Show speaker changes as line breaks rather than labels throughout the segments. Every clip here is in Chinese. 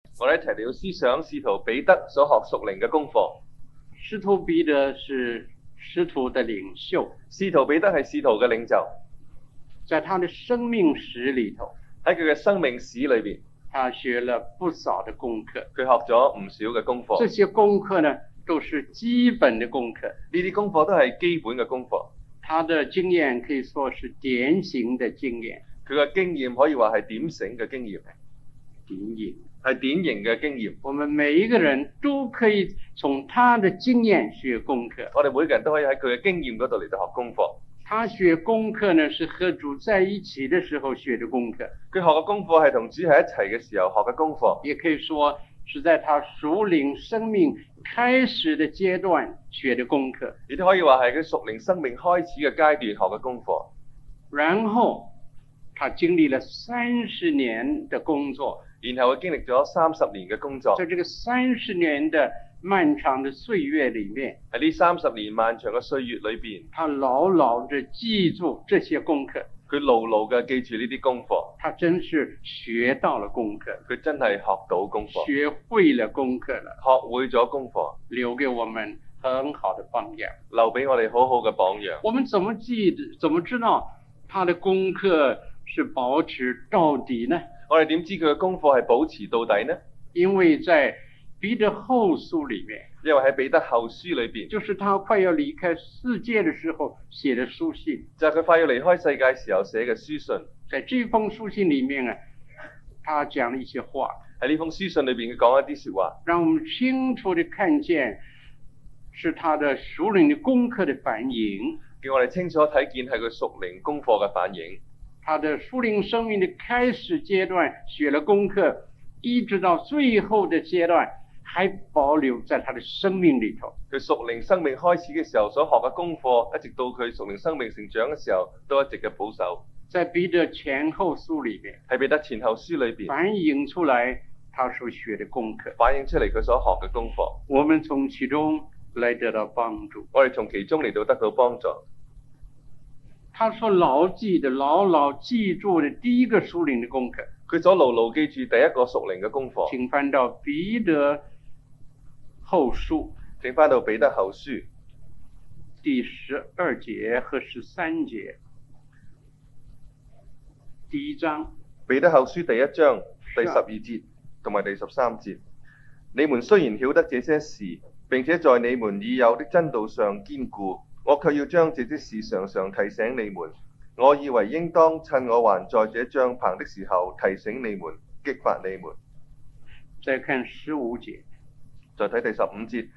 我哋一齊嚟到思想使徒彼得所學屬靈嘅功課。
使徒彼得是使徒的领袖，
使徒彼得係使徒嘅領袖，
在他的生命史里头，
喺佢嘅生命史裏邊，
他学了不少的功课。
佢學咗唔少嘅功課。
这
呢
些功课呢，都是基本的功课。
啲功課都係基本嘅功課。
他的经验可以说是典型的经验，
佢嘅經驗可以話係點醒嘅經驗，
典型。
係典型嘅經驗。
我们每一个人都可以从他的经验学功课。
我哋每個人都可以喺佢嘅經驗嗰度嚟到學功課。
他学功课呢，是和主在一起的时候学的功课，
佢學嘅功課係同主喺一齊嘅時候學嘅功課，
也可以说是在他熟龄生命开始的阶段学的功课。
亦都可以話係佢熟齡生命開始嘅階段學嘅功課。
然后，他经历了三十年的工作，
然後佢經歷咗三十年嘅工作，
在这个三十年的漫长的岁月里面，
喺呢三十年漫長嘅歲月裏邊，
他牢牢地记住这些功课，
佢牢牢嘅記住呢啲功課，
他真是学到了功课。
佢真係學到功課，
学会了功课了，
學會咗功課，
留给我们很好的榜样。
留俾我哋好好嘅榜樣。
我们怎么记得？怎么知道他的功课是保持到底呢？
我哋點知佢嘅功課係保持到底呢？
因为在彼得后书里面，
因為喺彼得後書裏邊，
就是他快要离开世界的时候写的书信。
就係佢快要離開世界時候寫嘅書信。
在这封书信里面啊，他讲了一些话，
喺呢封書信裏邊，佢講一啲説話，
让我们清楚的看见，是他的熟人的功课的反映。
叫我哋清楚睇見係佢熟齡功課嘅反映。
他的树林生命的开始阶段学了功课，一直到最后的阶段还保留在他的生命里头。
佢熟齡生命開始嘅時候所學嘅功課，一直到佢熟齡生命成長嘅時候，都一直嘅保守。
在彼得前后书里面
喺彼得前後書裏邊
反映出来他所学的功课，
反映出嚟佢所學嘅功課，
我们从其中来得到帮助。
我哋從其中嚟到得到幫助。
他所牢记的、牢牢记住的第一个书领的功课，
佢所牢牢記住第一個熟齡嘅功課，
请翻到彼得后书
整翻到彼得後書
第十二节和十三节，第一章。
彼得後書第一章第十二節同埋第十三節。你們雖然曉得這些事，並且在你們已有的真道上堅固，我卻要將這些事常常提醒你們。我以為應當趁我還在這帳棚的時候提醒你們，激發你們。
再看十五节，
再睇第十五節。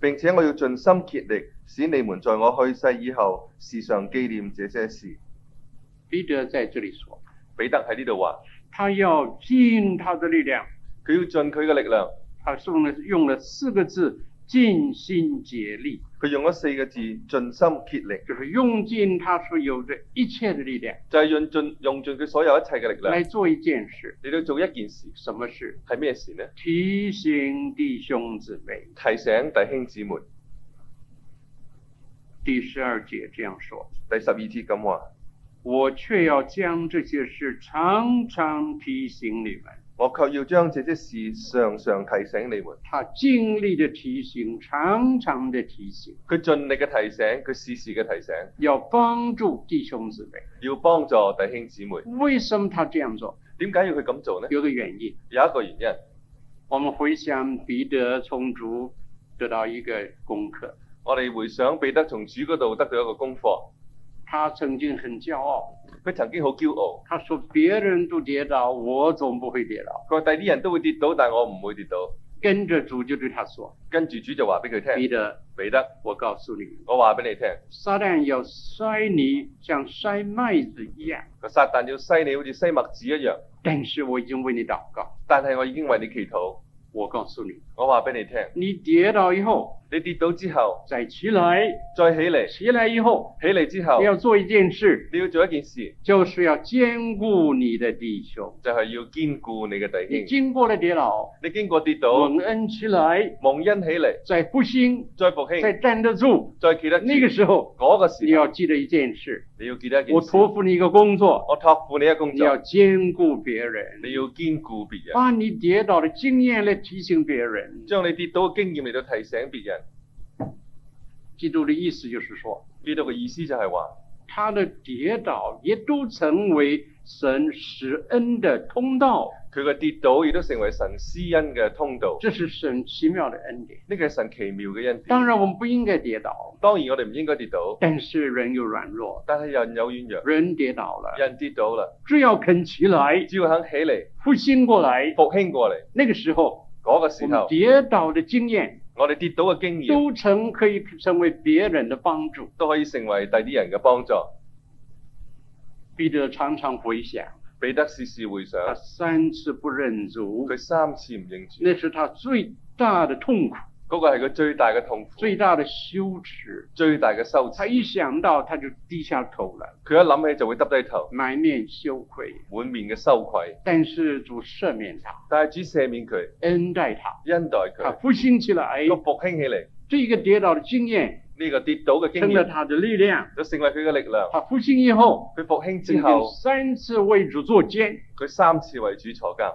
並且我要盡心竭力，使你們在我去世以後時常紀念這些事。
彼得在这里说，
彼得喺呢度話，
他要尽他的力量，
佢要盡佢嘅力量。
他用了用了四个字，尽心竭力，
佢用咗四個字，盡心竭力，
就是用尽他所有的一切的力量
就係、用盡用盡佢所有一切嘅力量
来做一件事。
你到做一件事，
什么事？
係咩事呢？
提醒弟兄姊妹。
提醒弟兄姊妹。
第十二节这样说：
第十二節咁話：
我却要将这些事常常提醒你们。
我卻要將這些事常常提醒你們。
他尽力的提醒，常常的提醒，
佢盡力嘅提醒，佢時時嘅提醒，
要帮助弟兄姊妹。
要幫助弟兄姊妹。
为什么他这样做？
點解要佢咁做呢？
有个原因，
有一個原因，
我们回想彼得从主得到一个功课，
我哋回想彼得從主嗰度得到一個功課。
他曾经很骄傲，
佢曾經好驕傲，
他说别人都跌倒，我总不会跌倒。
佢話第啲人都會跌倒，但我唔會跌倒。
跟着主就对他说
跟住主就話俾佢：“
彼
聽，
得，
彼得，
我告诉你，
我話俾你聽，
撒旦要摔你像摔麦子一样，
個撒旦要篩你好似篩麥子一樣，
但是我已经为你祷告。
但係我已經為你祈禱。
我告诉你，
我話俾你聽，
你跌倒以后，
你跌倒之後
再起来，
再起嚟，
起来以后
起嚟之後
你要做一件事，
你要做一件事，
就是要兼顾你的弟兄。
就係、要堅固你嘅
你
弟兄。
经过了跌倒，
你經過跌倒，
蒙恩起来，
蒙恩起嚟，
再复兴，
再復
再
興，
站得住。
再企得住。
那个時候，
嗰個時
你
候
要记得一件事：
你要記得一件
我
事。
托付你一个工作，
我託付你嘅工
你要啊
作，
兼顾别人，
你要堅固別人，
把你跌倒的经验来提醒别人。
將你跌倒嘅經驗嚟到提醒別人。
基督的意思就是说，
呢度嘅意思就係話，
他的跌倒也都成为神施恩的通道，
佢嘅跌倒亦都成為神施恩嘅通道。
这是神奇妙的恩典。
呢個係神奇妙嘅恩典。
当然，我们不应该跌倒，
當然我哋唔應該跌倒，
但是人有软弱，
但係人有軟弱，
人跌倒了，
人跌倒啦，
只要肯起来，
只要肯起嚟，
复兴过来，
復興過嚟，
那个时候，
嗰、個
我
時
们
候，
跌倒的经验
我哋跌倒嘅經驗
都成可以成为别人的帮助。
都可以成為第啲人嘅幫助。
彼得常常回想，
彼得時時回想，
他三次不认主，
佢三次唔認主，
那是他最大的痛苦，
嗰、個係佢最大嘅痛苦，
最大的羞耻。
最大嘅羞
他
恥。
一想到他就低下头来，
佢一諗起就會耷低頭，
满面羞愧。
滿面嘅羞愧。
但是主赦免他，
但係主赦免佢，
恩待他，
恩待
他
佢，
复兴起来。哎
個復興起嚟。
这个跌倒的经验
呢、個跌倒嘅經
成了
驗
他的力量。
就成為佢嘅力量。
他复兴以后，
佢復興
曾
之
经
後，
三次为主作奸，
佢三次為主坐監。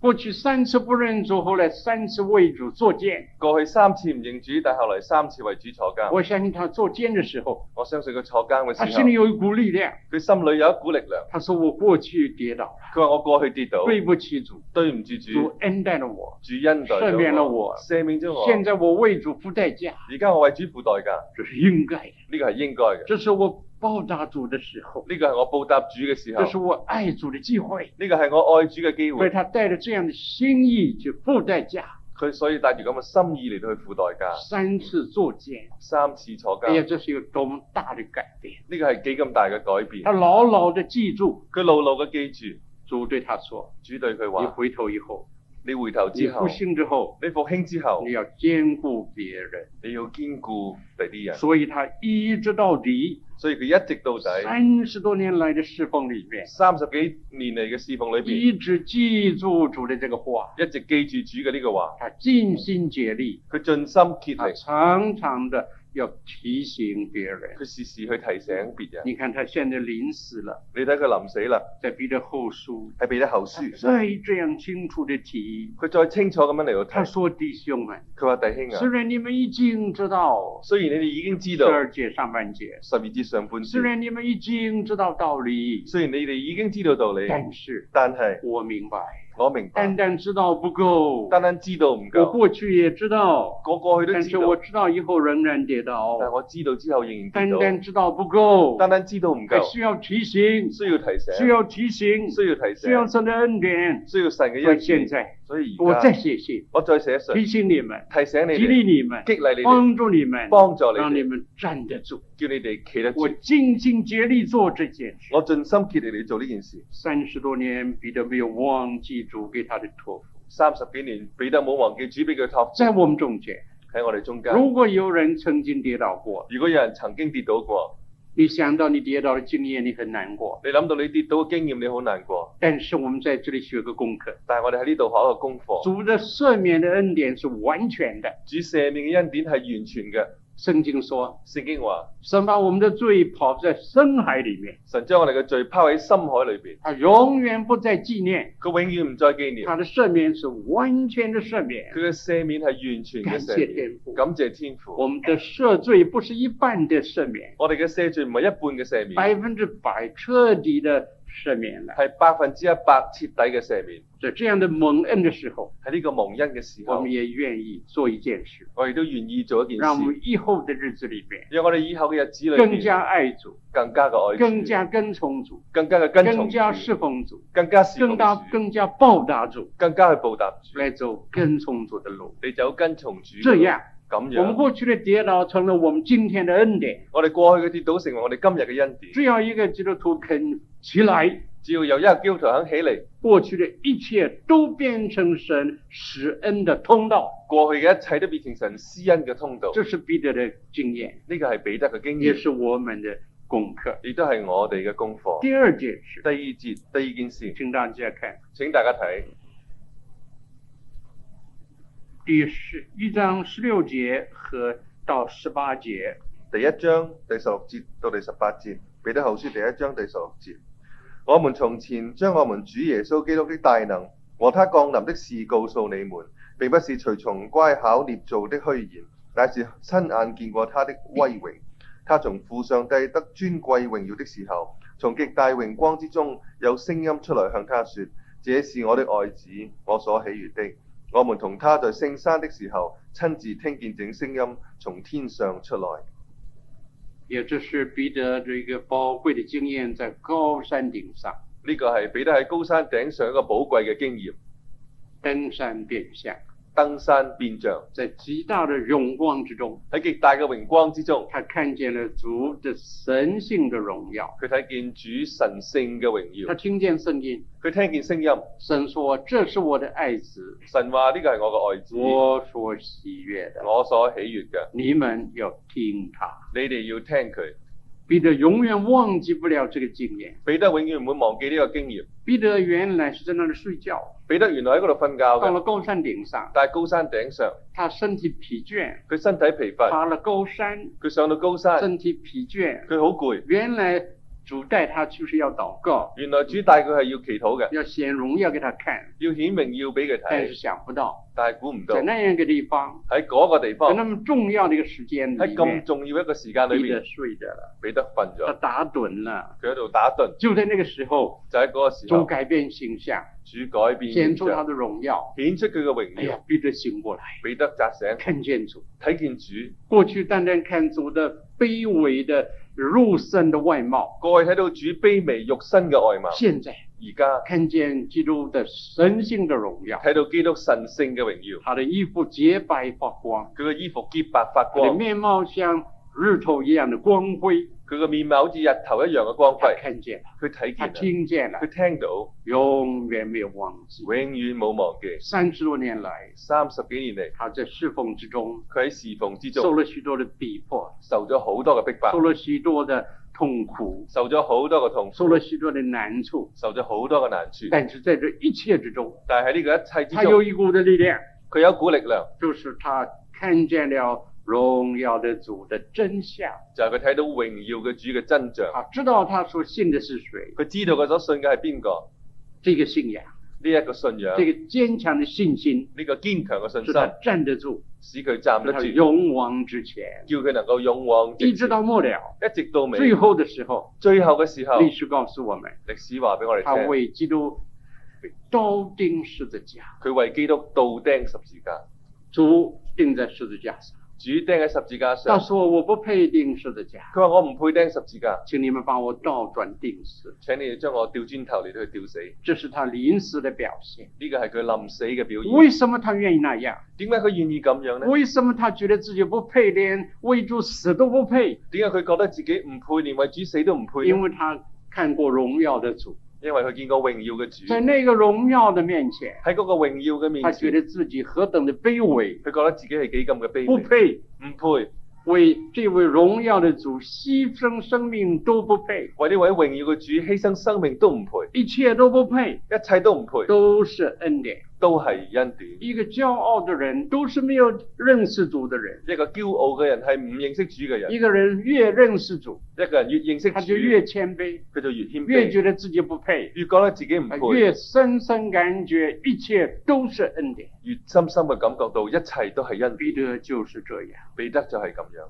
过去三次不认主，后来三次为主作奸。
過去三次唔認主，但後來三次為主坐監。
我相信他作奸的时候，
我相信佢坐監嘅
他
時
啊心里
候，
有一股力量。
佢心裏有一股力量。
他说：“我过去跌倒了，
佢話：我過去跌倒，
对不起主，
對唔住主
主，恩待了我，
主恩待
赦免
咗
了
我
我，
赦免咗我。
现在我为主付代价，
而家我為主付代價，
这是应该的，
呢個係應該嘅。
这是我报答主的时候。”
呢個係我報答主嘅時候
这，是我爱主的机会。
呢個係我愛主嘅機
所以
會。
他带着这样的心意去付代价，
佢所以帶住咁嘅心意嚟到去付代價，
三次作奸。
三次坐
哎呀，
監。
这是一个多么大的改变！
呢個係幾咁大嘅改變。
他牢牢的记住，
佢牢牢嘅記住，
主对他说
主對佢：“
你
話：
回头以後，
你回頭
你
之後
复，兴之后，
你復興之後
你，要兼顾别人。
你要堅固第啲”人。
所以他一直到底，
所以佢一直到底
三十多年来的侍奉里面，
三十幾年嚟嘅侍奉裏邊，
一直记住主的这个话，
一直記住主嘅呢個話，
他尽心竭力，
佢盡心竭
他
力，
常常的要提醒别人。
佢時時去提醒別人。
你看他现在临死了。
你睇佢臨死啦，
在彼得后书，
喺彼得後書，
再这样清楚的提，
佢再清楚咁樣嚟到
他
睇，
说：“弟兄们，
佢話弟兄
虽
啊，
然你们已经知道
雖然你哋已經知
十
道
二节上半节，
十二節上半
虽
節，
然你们已经知道道理，
雖然你哋已經知道道理，
但是
但係
我明白，
我明
单
白，
单知道不够，
單單啊知道唔
我
夠，
过去也知道，
我過去都
但
知
是
道，
我知道以后仍然跌倒，
但係我知道之後仍然
单
知道。
单知道不够，
單單知道唔
还
夠，
需要提醒，
需要提醒，
需要提醒，
需要提醒
需，要神的恩典。
需要神嘅
所
恩
以现
典。
在
所以
我
而
再
家
写信
我再寫信
提醒你们，
提醒你
激
哋，
励你们。
激勵你哋，
帮助你们，
幫助你
让你
哋，
们站得住。
叫你哋企得住
我。尽心竭力做这件事。
我盡心竭力嚟做呢件事。
三十多年，彼得没有忘记主给他的托付。
三十幾年，彼得冇忘記主俾佢 托
在
付
我们中间，
喺我哋中間。
如果有人曾经跌倒过，
如果有人曾經跌倒過，
你想到你跌倒的经验，你很难过。
你諗到你跌倒嘅經驗，你好難過。
但是我们在这里学个功课，
但係我哋喺呢度學一個功課，
主的赦免的恩典是完全的。
主赦免嘅恩典係完全嘅。
圣经说，
聖經話：
神把我们的罪抛在深海里面，
神將我哋嘅罪拋喺深海裏邊，
他永远不再纪念，
佢永遠唔再紀念。
他的赦免是完全的赦免。
佢嘅赦免係完全嘅赦
感謝天
免
父，
感謝天父
我。们的赦罪不是一半的赦免，
我哋嘅赦罪唔係一半嘅赦免，
百分之百彻底的赦免了。
係百分之一百徹底嘅赦免。
在这样的蒙恩的时候，
喺呢個蒙恩嘅時
我
候
们，也愿意做一件事，
我哋都願意做一件
让我
事
们，以后的日子里面
讓我哋以後嘅日子裏
更
邊
加爱主，
更加嘅愛主，
更加跟从主，
更加嘅跟從
更加侍
主，
奉主，
更加侍奉
更加
主，
更加报答主，
更加去報答主。
来走跟从主的路。
你就跟從主，
这样，
咁
我们
樣，
过去的跌倒成了我们今天的恩典。
我哋過去嘅跌倒成為我哋今日嘅恩典。
只要一个基督徒肯起来，
只要有一日基督徒肯起嚟，
过去的一切都变成神施恩的通道。
過去嘅一切都變成神施恩嘅通道。
这是彼得的经验，
呢個係彼得嘅經
也
驗，
是我们的功课。
亦都係我哋嘅功課。
第二件
第
事，
二節第二件事，
请大家看
請大家睇
第十一章十六节和到十八节。
第一章第十六節到第十八節，彼得後書第一章第十六節。我們從前將我們主耶穌基督的大能和他降臨的事告訴你們，並不是隨從乖巧捏造的虛言，乃是親眼見過他的威榮。他從父上帝得尊貴榮耀的時候，從極大榮光之中有聲音出來向他說：這是我的愛子，我所喜悅的。我們同他在聖山的時候，親自聽見這聲音從天上出來。
也就是彼得的一个宝贵的经验，在高山顶上
呢個係彼得喺高山頂上一個寶貴嘅經驗，
登山变相，
登山變像
在极大的荣光之中，
喺極大嘅榮光之中，
他看见了主的神性的荣耀，
佢睇見主神聖嘅榮
他
耀，
听见声音，
佢聽見聲音，
神说：“这是我的爱子，
神話呢個係我嘅愛子，
我所喜悦的，
我所喜悅嘅，
你们要听他。
你哋要聽佢。”
彼得永远忘记不了这个经验。
彼得永遠唔會忘記呢個經驗。
彼得原來是在那里睡觉，
彼得原來喺嗰度瞓覺
到
嘅
了，高山顶上，
但係高山頂上，
他身体疲倦，
佢身體疲乏，
爬了高山，
佢上到高山，
啊身体疲倦。
佢好攰。
原来主带他就是要祷告，
原來主帶佢係要祈禱嘅，
要显荣耀给他看，
要顯榮耀俾佢
但是
睇，
想不到，
但係估唔到
在那样一个地方，
喺嗰個地
在
方
那么重要的一个时间
喺
里
咁
面，
重要一個時間裏
彼得
面，
睡着了，
彼得瞓
他
咗。
打盹了。
佢喺度打盹，
就在那个时候，
就喺嗰個時
主
候，
改变形象，
主改變
显
形
出他
象，
的荣耀。
顯出佢嘅
哎
榮
呀
耀。，
彼得醒过来，
彼得扎醒，
看见主。
睇見主，
过去单单看主的卑微的肉身的外貌，
過去睇到主卑微肉身嘅外貌，
现在
而家
看见基督的神性的荣耀，
睇到基督神聖嘅榮耀。
他的衣服洁白发光，
佢嘅衣服潔白發
他的
光，
面貌像日头一样的光辉。
佢嘅面貌好似日頭一樣嘅光
他
輝。
看见了，
佢睇見
他
啦，
听见了，
佢聽到，
永远没有忘记。
永遠冇忘記。
三十多年来，
三十幾年嚟，
他在侍奉之中
佢喺侍奉之
受
中
了许多的逼迫，
受咗好多嘅逼
受
迫，
了许多的痛苦，
受咗好多嘅痛
受
苦，
了许多的难处。
受咗好多嘅難處。
但是在这一切之中，
但係喺呢個一切
他
之
有
中，
一股的力量。
佢有一股力量，
就是他看见了荣耀的主的真相，
就係佢睇到榮耀嘅主嘅真相。
他知道他所信的是谁，
佢知道佢所信嘅係邊個？
这个信仰，
呢、一個信仰，
这
呢、
个坚强的信心，
個堅強嘅信
使他
心，
站得住，
使佢站
使
得
他
住，
勇往直前，
叫佢能夠勇往直
一
前
直，到末了，
一直到尾。
最後的時候，
最後嘅時候，
历史告訴我们，
歷史話俾我哋
他
聽，
為基督被刀钉十字架，
佢為基督倒釘十字架，
主钉在十字架上，
主釘喺十字架上
他。说我不配钉十字架，
佢話：我唔配釘十字架，
请你們把我倒轉钉死，
請你哋將我掉磚頭嚟到去吊死。
这是他臨死的表現。
呢個係佢臨死嘅表現。
為什麼他願意那樣？
點解佢願意咁樣呢？
为什么他觉得自己不配，连为主死都不配？
點解佢覺得自己唔配，連為主死都唔配
因
呢？
为他看过荣耀的主，
因為佢見過榮耀嘅主，
在
喺
那个荣耀的面前，
嗰個榮耀嘅面
他
前
觉，得自己何等的卑微，
佢覺得自己係幾咁嘅卑
不
微，
配
唔配。
为这位荣耀的主牺牲生命都不配，
为呢位荣耀嘅主牺牲生命都唔配，
一切都不配，
一切都唔配，
都是恩典。
都系恩典。
一个骄傲的人，都是没有认识主的人。
一个骄傲嘅人系唔认识主嘅人，
一个人越认识主，
一个人越认识
他
主，
就越谦卑，
佢就越谦
越
卑，
觉得自己不配，
越觉得自己唔配，啊
越深深感觉一切都是恩典。
越深深嘅感觉到一切都系恩典。
彼得就是这样。
彼得就系咁样。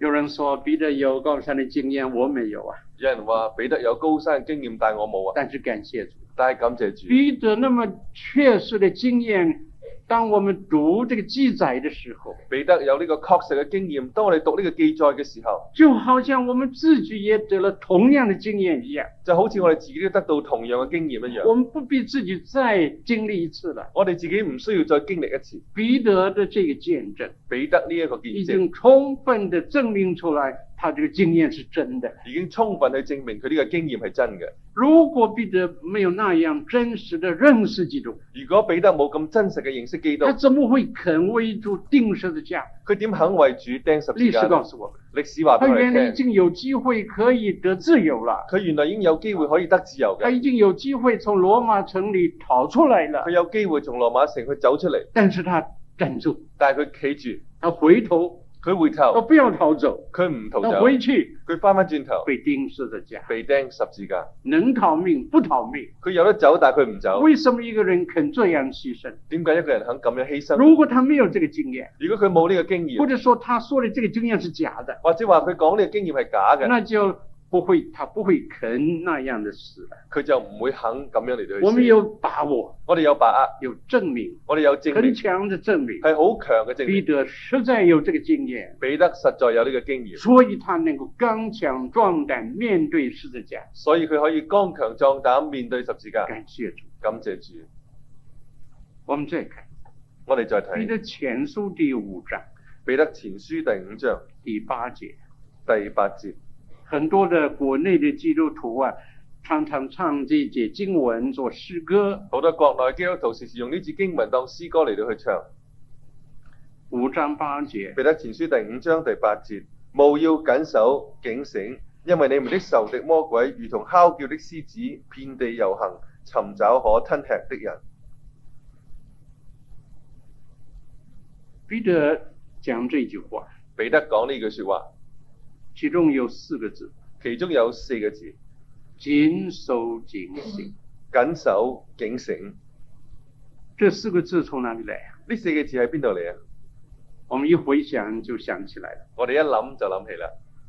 有人说彼得有高山的经验，我没有啊，
有人话彼得有高山经验，但我冇啊。
但是感谢主，
但系感谢主，
彼得那么确实的经验，当我们读这个记载的时候，
彼得有呢個確實嘅經驗。當我哋讀呢個記載嘅時候，
就好像我们自己也得了同样的经验一样，
就好似我哋自己都得到同樣嘅經驗一
我
樣。
们不必自己再经历一次了。
我哋自己唔需要再經歷一次。
彼得的这个见证
彼得呢一個見
已
證
经充分的证明出来，他这个经验是真的。
已經充分去證明佢呢個經驗係真嘅。
如果彼得没有那样真实的认识基督，
如果彼得冇咁真實嘅認識基督
他，怎么会肯为主定十字架？
佢點肯為主釘十字
历
架
史
呢
告？诉我们，
歷史話
他
俾我
原来已
哋聽，
经有机会可以得自由了，
佢原來已經有機會可以得自由
他
嘅，
已经有机会從罗马城里逃出来了
佢，有機會從羅馬城去走出嚟，
但是他站住，
但係佢企
他回头，
住，佢回
他
頭，
不要逃走，
佢唔哦逃
他
走，
回去
佢翻返轉頭
被钉十字架，
被釘十字架。
能逃命不逃命？
佢有得走，但係佢唔走。
为什么一个人肯这样牺牲？
點解一個人肯咁樣犧牲？
如果他没有这个经验，
如果佢冇呢個經
或
驗，
者说他说的这个经验是假的，
或者話佢講呢個經驗係假嘅，
那就不会，他不会肯那样的死了。
佢就唔會肯咁樣嚟
我
到
们
去死。
有把握，
我哋有把握，
有证明，
我哋有證
很
明，
强的证明。
係好強嘅證
彼
明。
得实在有这个经验，
彼得實在有呢個經驗，
所以他能够刚强壮胆面对十字架。
所以佢可以剛強壯膽面對十字架。
感谢主。
感謝主，
我们再看
我哋再
彼
睇
得前书第五章
彼得前書第五章
第八节，
第八節。
很多的国内的基督徒啊，常常唱这节经文做诗歌。
好多國內基督徒時時用呢節經文當詩歌嚟到去唱。
五章八节，
彼得前書第五章第八節：務要緊守警醒，因為你們的仇敵魔鬼如同敲叫的獅子，遍地遊行，尋找可吞吃的人。
彼得讲这句话，
彼得講呢句説話，
其中有四个字：
其中有四個字：
谨守警醒。
緊守警醒。
这四个字从哪里来啊？
呢四個字喺邊度嚟啊？
我们一回想就想起来了，
我哋一諗就諗起啦。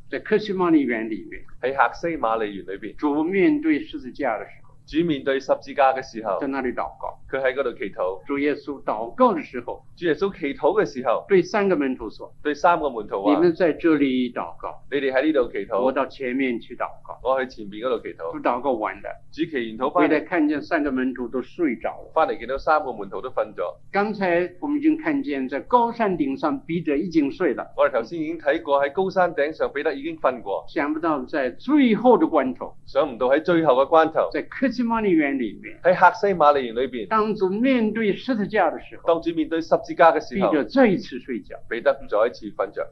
在克西玛丽园里面，
喺客西馬利園裏邊，
主面对十字架的时候，
主面對十字架嘅時候
在，那里祷告。
佢喺嗰度祈禱。
主耶稣祷告的时候，
主耶穌祈禱嘅時候，
对三个门徒说
對三個門：“徒
你
話：
们在这里祷告，
你哋喺呢度祈禱，
我到前面去祷告。
我去前面嗰度祈”禱
主。祷告完了，
主祈完禱
回
翻
来
嚟，
看见三个门徒都睡着了。
翻嚟見到三個門徒都瞓咗。
刚才我们已经看见，在高山顶上，彼得已经睡了。
我哋頭先已經睇過喺高山頂上，彼得已經瞓過，
想不到在最後的关头，
想唔到喺最後嘅關頭，
在科西玛丽园里面，
喺客西馬利園裏邊，
当主面对十字架的时候，
當主面對十字架嘅
彼
時候，
得再一次睡觉，
彼得再一次瞓着，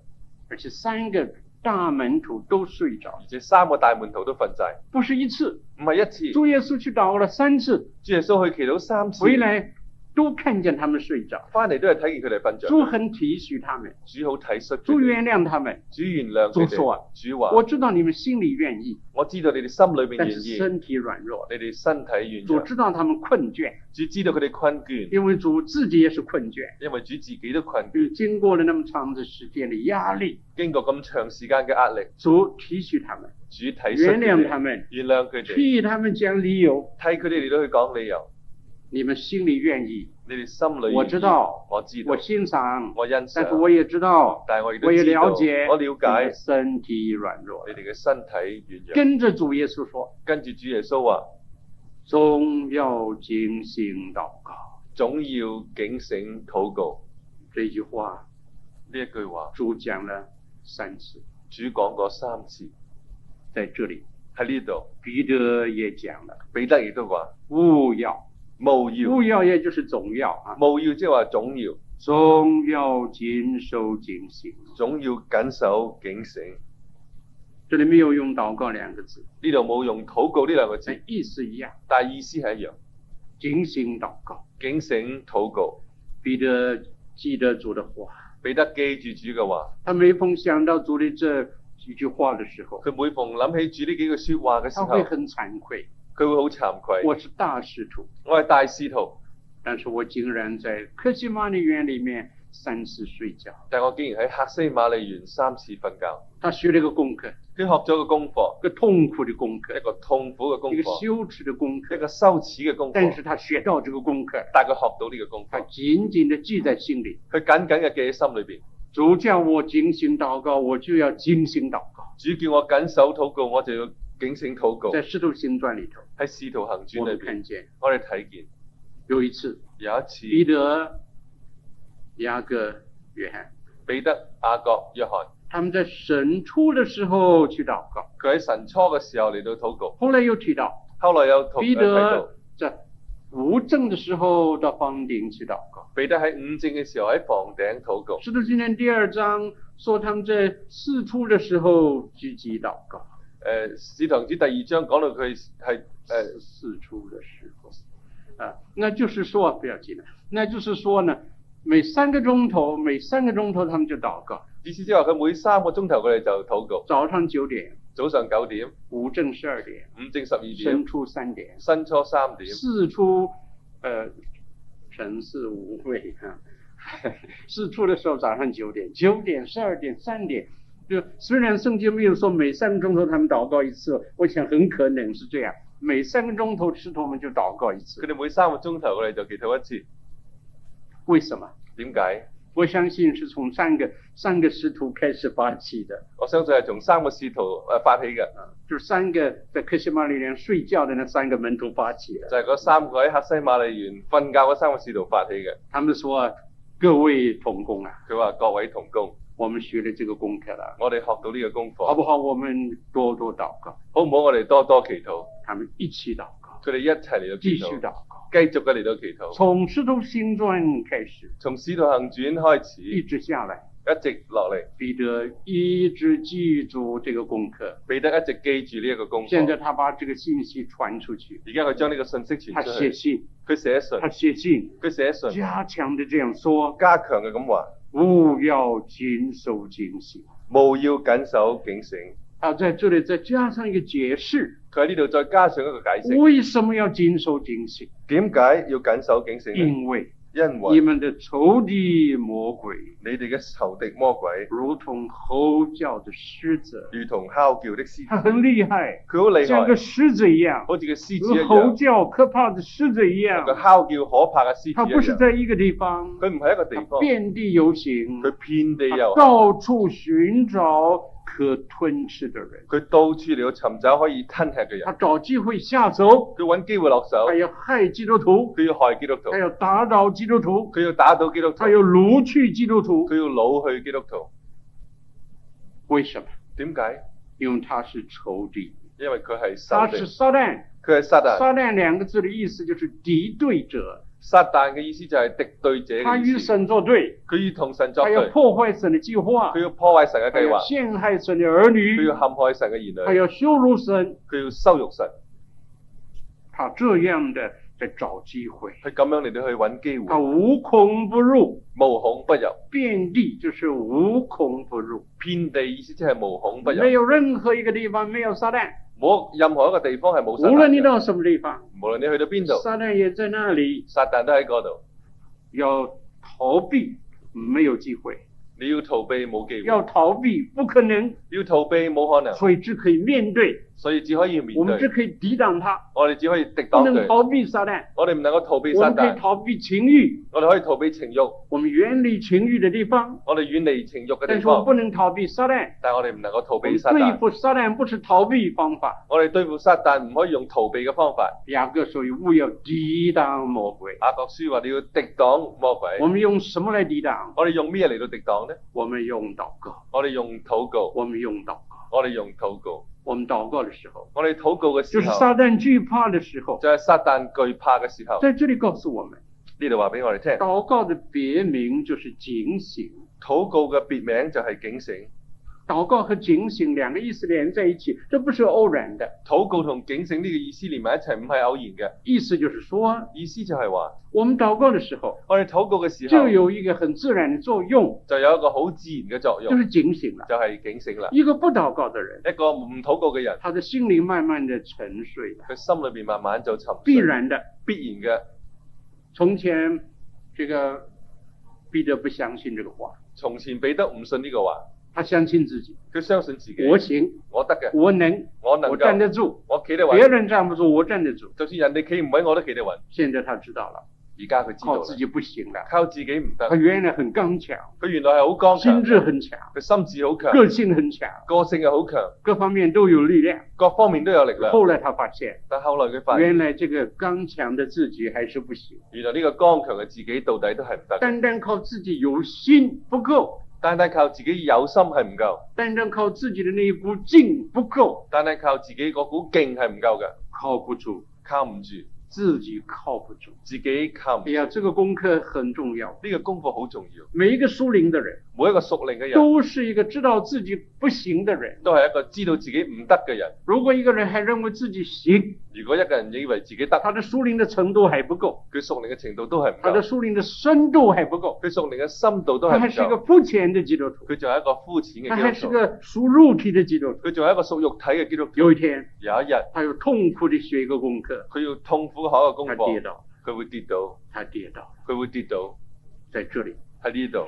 而且三个大門徒都睡着，
而且三個大門徒都瞓晒，
不是一次。
唔係一次。
主耶稣去祷告了三次，
主耶穌去祈禱三次，
回來都看见他们睡着。
翻嚟都係睇見佢哋瞓着。
主很体恤他们，
主好體恤佢
主
哋，
原諒他们。
主原諒佢
主話
哋。主話：
我知道你们心里愿意，
我知道你哋心裏邊
但
願
是
意，
身体软弱。
你哋身體軟
主
弱。
知道他们困倦，
啊主知道佢哋困倦，
因为主自己也是困倦，
因為主自己都困倦，
嗯经过了那么長的时间的压力，
經過咁長時間嘅壓力，
主体恤他们，
主體恤
原
佢
諒他
哋，
们，
原諒佢哋。
替他们讲理由。
替佢哋嚟到去講理由，
你们心里愿意，
你哋心裏
我知道，
我知道
我，欣赏，
我欣
但是
賞，
我也知道，
但係我亦都
我也
知道，
了解，嗯啊
我了解
你的身体软弱
你。哋嘅身體軟弱。
跟着主耶稣说，
跟住主耶穌話：
总要警醒祷告。
總要警醒禱告。
这句话
呢一句話，
主讲了三次，
主講過三次
在这里
喺呢度。
彼得也讲了，
彼得亦都話：
勿要，
務要
勿，要也就是总要啊，
務要即係話總要，
总要谨守警醒。
總要緊守警醒。
这里没有用祷告两个字，
呢度冇用禱告呢兩個字
但，意思一样，
但係意思係一樣。
警醒祷告。
警醒禱告，
彼得记得主的话，
彼得記住主嘅話。
他每逢想到主的这几句话的时候，
佢每逢諗起主呢幾句説話嘅時
他
候，
会很惭愧。
佢會好慚愧。
哦我是大使徒，
我係大使徒，
但是我竟然在科西玛丽园里面三次睡觉。
但我竟然喺客西馬利園三次瞓覺。
他学了一个功课，
佢學咗個功課，
一個痛苦的功
一
課，
個痛苦嘅功
一個
課，
羞恥的功課。
一個羞恥嘅功
但
課。
是他學到這個功課，
但係佢學到呢個功
他
課，
緊緊的記在心裡。
佢緊緊嘅記喺心裏邊。
主叫我警醒禱告，我就要警醒禱告。
主叫我緊守禱告，我就要警醒禱告。
在《
喺
使徒行傳》裡頭，
《使徒行傳
我》
裏
們
邊，
看見
我哋睇見
有一次，
有一
彼
次
得、雅各、約翰，
彼得、雅各、約翰，
他們在神初的時候去禱告，
佢喺晨初嘅時候嚟到禱告，
後來又提到
後來有同
彼
睇到
得在無證的時候到房頂去禱告。
彼得喺午正嘅時候喺房頂禱告。
使徒行傳第二章說他們在四出的時候聚集禱告，
誒、呃使徒行傳第二章講到佢係誒
呃，四出的時候，啊，那就是說不要紧了，那就是说呢，每三个钟头，每三個鐘頭他們就禱告，
意思即係話佢每三個鐘頭佢哋就禱告，
早上九點，
早上九點、
午正十二點，
午正十二點
申、初三點，
新初三點。
四出，呃，神是无畏啊。 四出的时候早上九点、九点、十二点、三点，就虽然圣经没有说每三个钟头他们祷告一次，我想很可能是这样，每三个钟头使徒们就祷告一
佢
次。
哋每三個鐘頭佢哋就祈禱一次，
为什么？
點解？
我相信是从三个三个使徒开始发起的，
我相信係從三個使徒誒發起嘅，
就是三个在克西马里人睡覺的那三个门徒发起的。
就係、嗰三個喺客西馬利園瞓覺嗰三個使徒發起嘅。
他们说：“各位同工啊，
佢話：各位同工，
我们学了这个功课了，
我哋學到呢個功
好
課，
不好？我们多多祷告。”
好唔好？我哋多多祈禱，
他们一起祷告，
佢哋一齊嚟到
继
祈
续
禱，
祷告，
繼續嘅嚟到祈禱，
从《使徒行传》开始，
從使徒行傳開始，
一直下来，
一直落嚟。
彼得一直记住这个功课。
彼得一直記住呢一個功課。
现在他把这个信息传出去，
而家佢將呢個信息傳
他
出
写
去，
信，
佢寫信，
他写信，
佢寫信，
加强的这样说：
加強嘅咁話，
勿要谨守警醒。
務要緊守警醒。
他在这里再加上一个解释，
佢喺呢度再加上一個解釋，
为什么要谨守警醒？
點解要緊守警醒呢？
因为
因
你
為
们的仇敌魔鬼，
你哋嘅仇敵魔鬼，
如同吼叫的狮子，
如同哮叫的獅
他
子，
很厉害，
佢好厲
嗯像
害
个，狮子一样。
好似個獅子一
如吼
樣，
叫可怕的狮子一样，
佢哮叫可怕嘅獅
它不
子
是
一樣。
在一个地方，
佢唔係一個地
它
方，
遍地游行，
佢啊遍地
它
遊行，
到處寻找可吞吃的人，
佢到處嚟到尋找可以吞吃嘅
它
人，
找機會下手，
佢揾機會落手
它，要害基督徒，
佢要害基督徒
它，要打倒基督徒，
佢要打倒基督徒，
它要掳去基督徒。
佢要老去基督徒。
为什么？
點解？
因为它是仇敌，
因為佢係
它
撒
是
旦，
撒旦。
佢係撒旦。
撒旦两个字的意思就是敌对者，
撒旦嘅意思就係敵對者
他
嘅
与
意思。
神作对，
佢要同神作
他
對，
要破壞啊神的計劃
佢，要破壞神嘅
他
計
要
劃，
陷害神的兒
佢
女
要，陷害神嘅兒
他
女，
要羞辱神，
佢要羞辱神。
他这样的在找机会，
佢咁樣嚟到去揾機
他
會，
无孔不入，
無孔不入。
遍地就是无孔不入，
遍地意思即係無孔不入，
没有任何一个地方没有撒旦，
冇任何一個地方係冇撒
无
旦
论你
嘅。
到什么地方，
無論你去到邊度，
撒旦也在那里，
撒旦都喺嗰度。
要逃避没有机會，
你要逃避冇機會，
要逃避不可能，
要逃避冇可能，
所以只可以面对，
所以只可以面
我们只
對。
可以抵擋他，
我哋只可以敵
不
擋
能
佢，
逃避撒旦，
我哋唔能夠逃避
我
撒
们可以
旦，
逃避情欲，
我哋可以逃避情慾。
我们远离情欲的地方，
我哋遠離情欲嘅
但
地
是我
方
们，不能逃避撒旦。
但我哋唔能夠逃
我
避
们
撒
对
旦。
付撒旦不是逃避方法，
我哋對付撒旦唔可以用逃避嘅方法。
雅各所以勿要抵挡魔鬼。
雅各書話你要敵擋魔鬼
我。们用什么来抵挡？
我哋用咩嚟到敵擋呢？
我们用祷告，
我哋用禱告，
我们用祷告。
我哋用禱告。
我们祷告的时候，
我哋禱告嘅時
就是
候，
撒旦惧怕的时候，
就係撒旦懼怕嘅時候。
在这里告诉我们，
呢度話俾我哋聽，
祷告的别名就是警醒。
禱告嘅別名就係警醒。
祷告和警醒两个意思连在一起，这不是偶然的。
禱告同警醒呢個意思連埋一齊，唔係偶然嘅。
意思就是说，
意思就係話，
我们祷告的时候，
我哋禱告嘅時
就
候
有一个很自然的作用，
就有一個好自然嘅作
就
用，
是警醒了。
就係警醒啦。
一个不祷告的人，
一個唔禱告嘅人，
他的心灵慢慢的沉睡了，
佢心裏邊慢慢就沉睡。
必然的。
必然嘅。
从前这个彼得不相信这个话，
從前彼得唔信呢個話，
他相信自己，
佢相信自己，
我行，
我得嘅，
我能，
我嗯能
我站
夠，
得住，
我企得
别
穩，
人站不住，我站得住。
就算人哋企唔穩，我都企得穩。
现在他知道了，
而家佢知道
靠自
啦，
己不行了。
靠自己唔
他
得，
原来很刚强，
佢原來係好剛
心
強
智
嘅，
很强，
佢心智好強，
个性很强，
個性又好強，
各方面都有力量。
各方面都有力量。
后来他发现，
但後來佢發現，
原来這個剛強的自己還是不行，
原來呢個剛強嘅自己到底都係唔得嘅，
單單靠自己有心不夠，
單單靠自己有心係唔夠，
單單靠自己的那一股勁不夠，
單單靠自己嗰股勁係唔夠嘅，
靠不住，
靠唔住，
自己靠不住。
自己靠唔
哎
住。
呀，這個功課很重要。
呢個功課好重要，
每一個屬靈的人，
每一個屬靈嘅人
都是一個知道自己不行的人。
都係一個知道自己唔得嘅人。
如果一個人還認為自己行，
如果一個人以為自己得，
他的屬靈的程度還不夠，
佢屬靈嘅程度都係唔
他的
夠，
屬靈的深度還不夠，
佢屬靈嘅深度都
他
係
還
唔
是一個
夠，
膚淺的基督徒，
佢仲係一個膚淺
他還
嘅基
是
督徒，
個屬肉體的基督徒。
佢仲係一個屬肉體嘅基督徒。
有一天，
有一日，
他又痛苦地學一個功課，
佢要痛苦考一個功
他跌
課，
倒，
佢會跌倒，
他跌倒了，
佢會跌倒
在這裡，
喺呢度。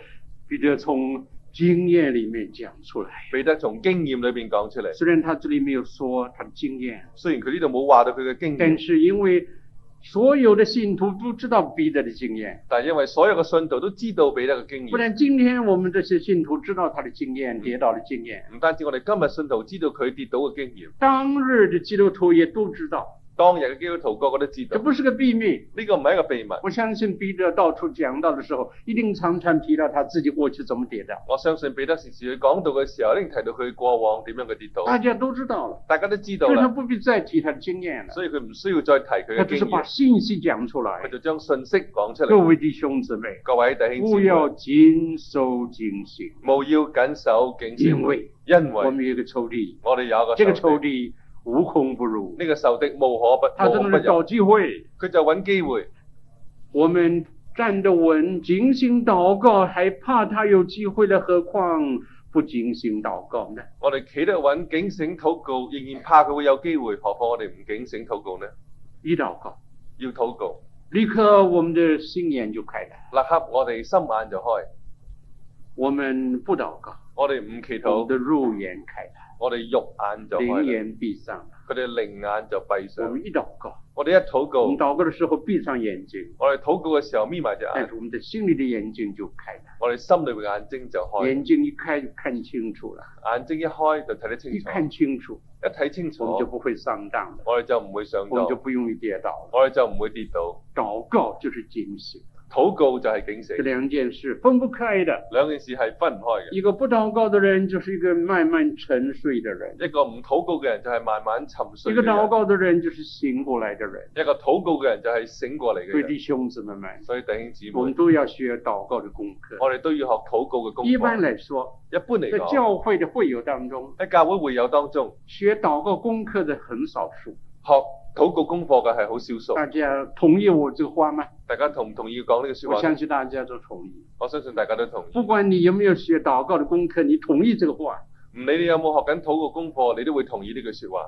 彼得從經驗裡面講出來。
彼得從經驗裏邊講出嚟，
雖然他這裡沒有說他的經驗，
雖然佢呢度冇話到佢嘅經
但
驗，
是因為所有的信徒都知道彼得的經驗，
但係因為所有嘅信徒都知道彼得嘅經
不
驗，
然今天我們這些信徒知道他的經
嗯
驗，跌倒的經驗，
唔單止我哋今日信徒知道佢跌倒嘅經驗，
當日的基督徒也都知道，
當日嘅基督徒個個都知道
這，不是個秘密。
呢個唔係一個秘密。
我相信彼得到處講道的時候，一定常常提到他自己過去怎麼跌倒，
我相信彼得時時佢講到嘅時候，一定提到佢過往點樣嘅跌倒，啊
大家都知道了，
大家都知道
所以他
啦，
不必再提他的經驗了。
所以佢唔需要再提佢
他
嘅
只
經
是把
驗，
信息講出
佢
來。
就將信息講出
各
嚟。
位弟兄姊妹，
各位弟兄姊
不
妹，
要謹守警醒，
務要緊守警戒，
因
因為
為我們有一個仇敵，
我哋有一個
這個
仇
仇
敵，
敵無孔不入，
呢個仇敵無可不
他
無
在
可
那
不
裡
入，
找機會。
佢就揾機會。
我們站得穩，警醒禱告，還怕他有機會了，何況不警醒禱告呢？
我哋企得穩，警醒禱告，仍然怕佢會有機會，何況我哋唔警醒禱告呢？
一禱告，
要禱告，
立刻我們的心眼就開了。
立刻我哋心眼就開，
我們不禱告，
我哋唔祈
我們
禱，
的肉眼開了，
我哋肉眼就
靈
開啦，
眼閉上了。
佢哋靈眼就閉
我
上。
們一禱告，
我哋一禱
我
告
們。禱告的時候閉上眼睛。
我哋禱告嘅時候眯埋隻
但
眼，
是我们的心里的眼睛就开了，
我哋心裏嘅眼睛就開，
眼睛一开就看清楚了，
眼睛一開就睇得清
一
楚，哦
看清楚，
一睇清楚
我，们就不会上当了，
我哋就唔會上
我们
當
就，不容易跌倒了。
我哋就唔會跌倒。
祷告就是警醒，
禱告就係警醒
这，两件事分不开的。
兩件事係分唔開
一个不祷告的人，就是一个慢慢沉睡的人；
嘅。一個唔禱告嘅人就係慢慢沉睡
一
嘅
个祷
人，
告的人，就是醒过来的人。
一個禱告嘅人就係醒過嚟嘅
所以
人。
弟兄姊妹们，
所以弟兄姊
我们
妹，
都要学祷告的功课。
我哋都要學禱告嘅功哦
一般
課。
来说，
一般嚟
在
講，
教会的会友当中，
喺教會會友當中
学祷告功課的很少数。
學禱告功課嘅係好少數。
大家同意我这个话吗？
大家同唔同意講呢個説
我
話
相
呢？
信大家都同意。
我相信大家都同意。
不管你有没有学祷告的功课，你同意这个话，
唔理你有冇學緊禱告功課，你都會同意呢句説話。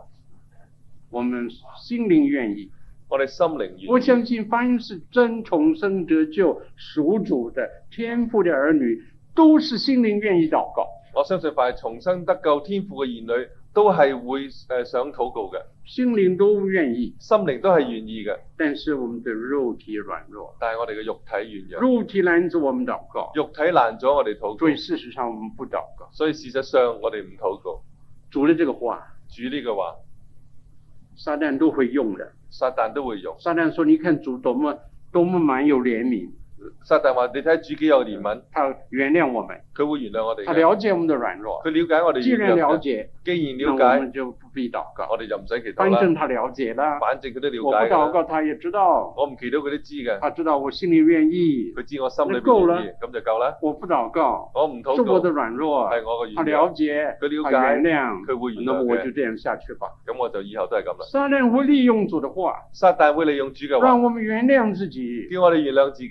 我们心灵愿意。
我哋心靈願
我
意，
相信，凡是真重生得救、属主的天父的儿女，都是心灵愿意祷告。
我相信凡係重生得救天父嘅兒女，都係會誒想禱告嘅，
心灵都愿意，
心靈都係願意嘅，
但是我們的肉体软弱，
但係我哋嘅肉體軟弱，
肉体拦着我们祷告，
肉體難咗我哋禱
所以
告，
事实上我们不祷告。
所以事實上我哋唔禱告。
主的这个话，
主呢句話，
撒旦都会用的。
撒旦都會用。
撒旦说：“你看主多么多么满有怜悯，
撒旦話：你睇主幾有憐憫，
他原谅我们，
佢會原諒我哋
他
嘅。
了解我们的软弱。
佢了解我哋
既然
軟
了
弱嘅，
解，
既
那
然了
我
解，
们就不必祷告。
我哋就唔使祈禱
反正
啦。
他了解了，
反正佢都
我不
了解
祷
㗎啦。
告，他也知道，
我唔祈禱佢都知嘅，
他知道我心里愿意。
佢知我心裏
你夠
邊
啦
願意，咁就夠啦。
我不祷告，
我唔
是
禱
我
告
的軟弱，
係我嘅
他
軟弱
了。解，
佢了
他
解
原谅
佢會原，
那
諒
么
嘅
我就这样下去吧。
咁我就以後都係咁啦。
撒旦会利用主的话，
撒旦會利用主嘅話，
啊让我们原谅自己。
叫我哋原諒自己，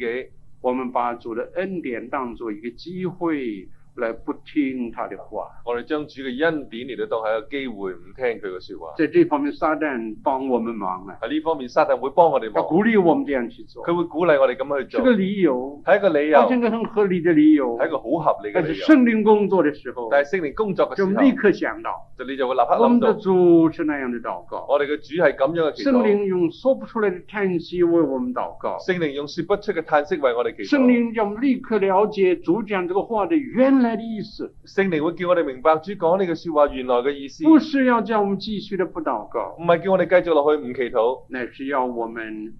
我们把主的恩典当做一个机会，来不听他的话。
我哋將主嘅恩典嚟到當係一個機會，唔聽佢嘅説話。
在这方面，撒旦帮我们忙了，
喺呢方面，撒旦會幫我哋
他
忙，
鼓励我们这样去做，
佢會鼓勵我哋咁樣去
是
做，
个理由，
係一個理由，
他
係
是个很合理的理由。
一個好合理嘅
但是
理由。
圣灵工作的時候，
但係聖靈工作嘅時
就立
候，
刻想到，
就你就會立刻
我們
諗
的
到，
主是那樣的祷告，
我哋嘅主係咁樣嘅祈
聖
禱，
靈用說不出來的嘆息為我們禱告，
聖靈用説不出嘅嘆息為我哋祈
聖
禱，
靈让我們立刻了解主講這個話的原來的意思，
聖靈會叫我哋明白主講呢句説話原來嘅意思，
不
唔
是要叫我們繼續的不祷告，
係叫我哋繼續落去唔祈禱，
乃是要我們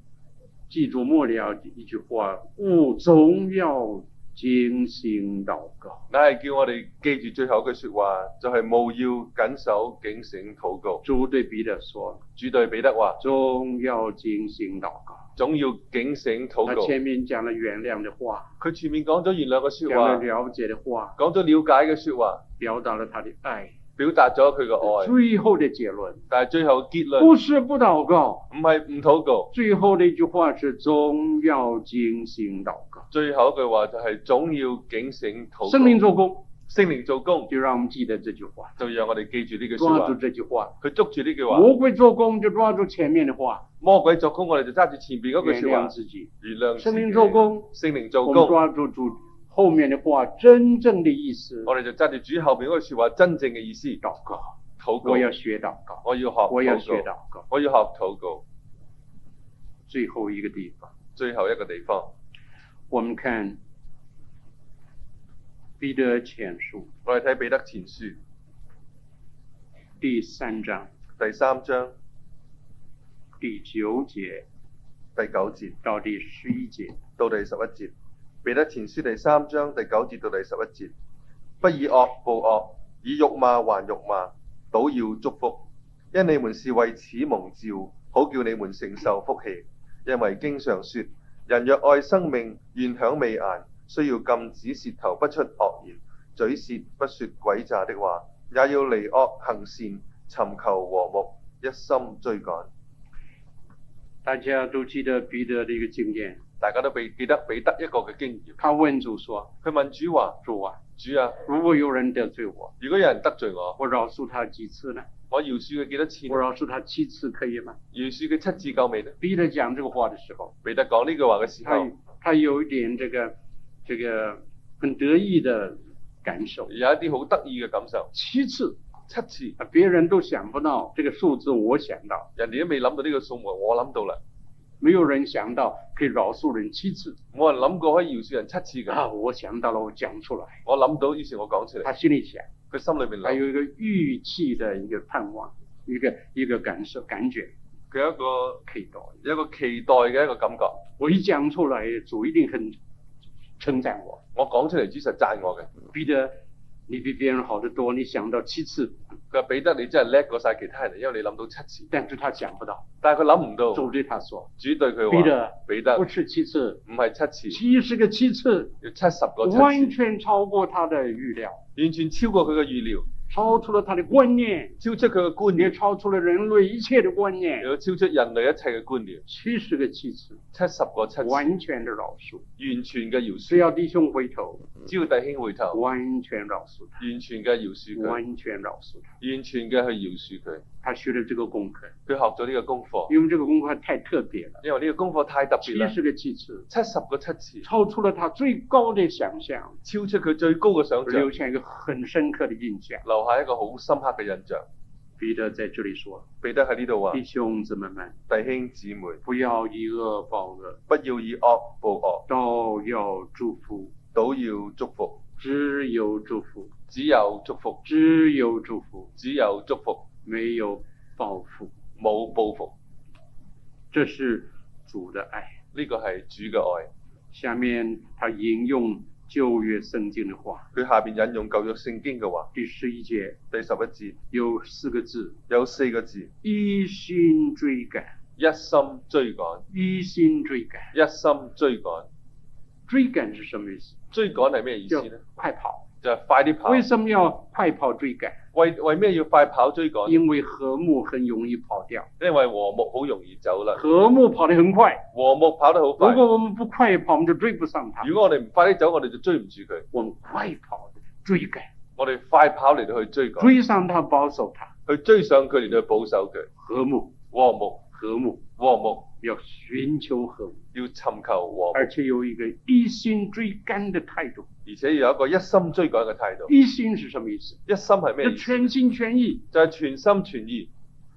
记住末了一句話：勿总要精心祷告。
乃係叫我哋記住最後一句説話，就係務要緊守警醒禱告。
主對彼得說
主對彼得話：：“
总要精心祷告。”
總要警醒禱
他
告。
前面講了原諒的話。
佢前面講咗原諒嘅説
讲了
話，
了解的话，
講咗了解嘅説話，
表达了他的爱。
表達咗佢嘅愛。
最後的結論
但係最後結論
不是不禱告，
唔係唔禱告，
最後的一句話是總要精心禱告。
最後一句話就係總要警醒禱告。
聖靈做工，
聖靈做工，
就讓我們記得這句話，
就讓我哋記住呢句説
抓
話
住。這句話。
佢捉住呢句話，
魔鬼做工就抓住前面的話，
魔鬼做工，我哋就揸住前邊嗰句
原
説話
諒，自己。
原諒自
聖
己
靈做，工，
聖靈做
我們
工，
抓住主後面的話真正的意思。
我哋就揸住主後邊嗰句説話真正嘅意思。
禱告，
禱告，
我要學禱告，
我要學
我要學
禱告，
禱告。
我要學禱告。
最後一個地方。
最後一個地方，
我们看彼得前书
我哋睇彼得前書
第三章
第三章
第九节
第九節。
到第十一节，
到第十一節。彼得前書第三章第九節到第十一節，不以惡報惡，以辱罵還辱罵，倒要祝福，因你們是為此蒙召，好叫你們承受福氣。因為經常說，人若愛生命，願享美顏，需要禁止舌頭不出惡言，嘴舌不說詭詐的話，也要離惡行善，尋求和睦，一心追趕。
大家都记得彼得的一个经验，
大家都被記得彼得一個嘅經驗，
他问主说
佢問主話：：“
主啊，
主啊！
如果有人得罪我，
如果有人得罪我，
我饶恕他几次呢？
我饒恕佢幾多次
我？饶恕他七次可以吗
饒恕佢七次夠未呢？？”
彼得讲这个话的时候，
彼得講呢句話嘅時
他
候，
他有一点这个这个很得意的感受，
有一啲好得意嘅感受。
七次，
七次，
啊别人都想不到这个数字，我想到。
人哋都未諗到呢個數目，我諗到啦。
没有人想到可以饶恕人七次
冇人諗過可以饒恕人七次
啊！
㗎。
我想到了，我讲出来。
我諗到，於是我講出嚟。
他心里想，
佢心裏面
他
諗，
有一个预期的一个盼望，一个一个感受感觉
佢有一個
可以到。
有一個期待嘅一個感覺。
我一讲出来，主一定很称赞我。
我講出嚟，主實讚我嘅。
彼得，你比别人好得多，你想到七次，
佢話彼得你真係叻過晒其他人，因為你諗到七次。
但是他想不到。
但係佢諗唔到，
主对他说
主對佢：“
彼
話：
得，
彼得
不是七次，
唔係七次，
七十个七次，
要七十個
完
七次，
全超过他的预料，
完全超過佢嘅預料，
超出了他的观念，
超出佢嘅觀
也
念。
超出了人类一切的观念。”
有超出人類一切嘅觀念，
七十个妻子，
七十個七次，完
完全的饶恕。
全嘅饒
只
恕，
要弟兄回头，
只要弟兄回頭，
完全饶恕他，
完全嘅饒恕佢，
完全饶恕他。
完全嘅去饒恕佢。
他学了这个功课，
佢學咗呢個功課，
因为这个功课太特别了。
因為呢個功課太特別
七
啦，
十个妻子，
七十個七次，
超出了他最高的想象，
超出佢最高嘅想像
留，下一个很深刻的印象。
留下一個好深刻嘅印象。
彼得在这里说
彼得喺呢度：“話：
弟兄姊妹们，
弟兄姊妹，
不要以恶报恶，
不要以惡報惡，
倒要祝福，
倒要祝福，
只有祝福，
只有祝福，
只有祝福，
只有祝福，
没有报复。
冇報復。”
这是主的爱。
呢個係主嘅愛。
下面他引用旧约圣经的话，
佢下邊引用舊約聖經嘅話，
第十一节
第十一節
有四个字：
有四個字。
一心追赶，
一心追趕，
一心追赶。
一心追趕。
追赶是什么意思？
追趕係咩意
叫
思呢？
快跑。
就係、快啲跑。
为什么要快跑追赶？
為為咩要快跑追趕？
因为和睦很容易跑掉，
因為和睦好容易走啦。
和睦跑得很快。
和睦跑得好
如
快，
果我们不快跑，我们就追不上他。
如果我哋唔快啲走，我哋就追唔住佢。
我们快跑，追赶，
我哋快跑嚟到去追趕，
追上他，保守他，
去追上佢嚟到去保守佢。
和睦，
和睦，
和睦，
和睦，
要寻求和睦，
要尋求和睦，
而且有一个一心追赶的态度。
而且要有一個一心追趕嘅態度。
一心是什么意思？
一心係咩
要
意思？
全心全意，
就係全心全意，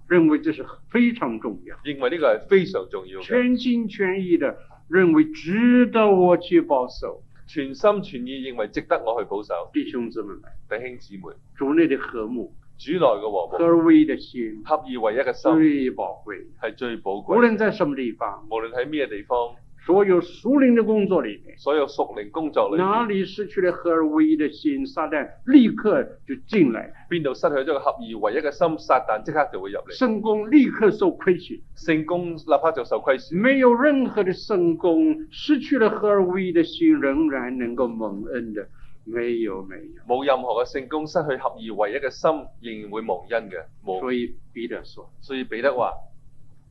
认为这是非常重要。
認為呢個係非常重要嘅。
全心全意的认为值得我去保守。
全心全意認為值得我去保守，
弟兄姊妹们，
弟兄姊妹，
主内的和睦、
主內嘅和
合
睦，
而为一的心
合二為一嘅心
最宝贵。
係最寶
无
貴。
论在什么地方，
無論喺咩地方，
所有属灵的工作里面，
所有屬靈工作裏
哪
邊，
里失去了合而为一的心，撒旦立刻就进来了，
邊度失去咗個合二為一嘅心，撒旦即刻就會入嚟，
圣功立刻受亏损。
聖功立刻就受虧損。
没有任何的圣功失去了合而为一的心，仍然能够蒙恩的，没有没有。
冇任何嘅聖功失去合二為一嘅心，仍然會蒙恩嘅。冇，
所以彼得说，
所以彼得話：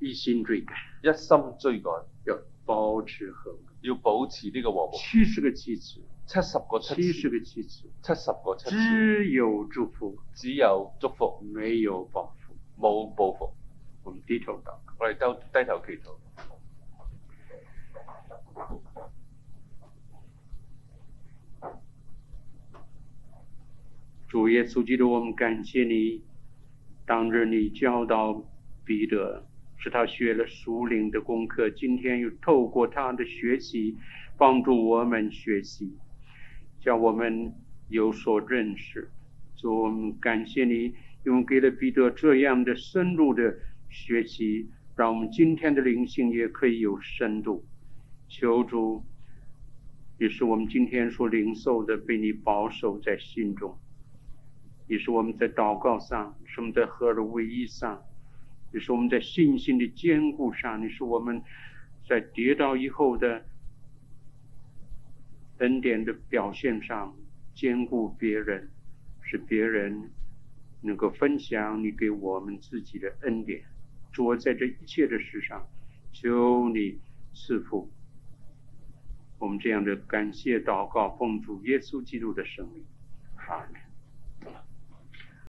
一心追赶，
一心追趕，
要保持和睦。
要保持呢個和睦。
七十个妻子，
七十個七
七十
次，
个妻子，
七十個七次，
只有祝福，
只有祝福，
没有报复。
冇報復。
我们低头祷告，
我哋都低頭祈禱。
主耶稣基督，我们感谢你，当日你教导彼得，使他学了属灵的功课，今天又透过他的学习，帮助我们学习，叫我们有所认识。主，我们感谢你，因为给了彼得这样的深入的学习，让我们今天的灵性也可以有深度。求主，也是我们今天所领受的，被你保守在心中。也是我们在祷告上，也是我们在合而为一上，也是我们在信心的坚固上，也是我们在跌倒以后的恩典的表现上，兼顾别人，使别人能够分享你给我们自己的恩典。主，我在这一切的事上，求你赐福。我们这样的感谢祷告，奉主耶稣基督的圣名，阿门。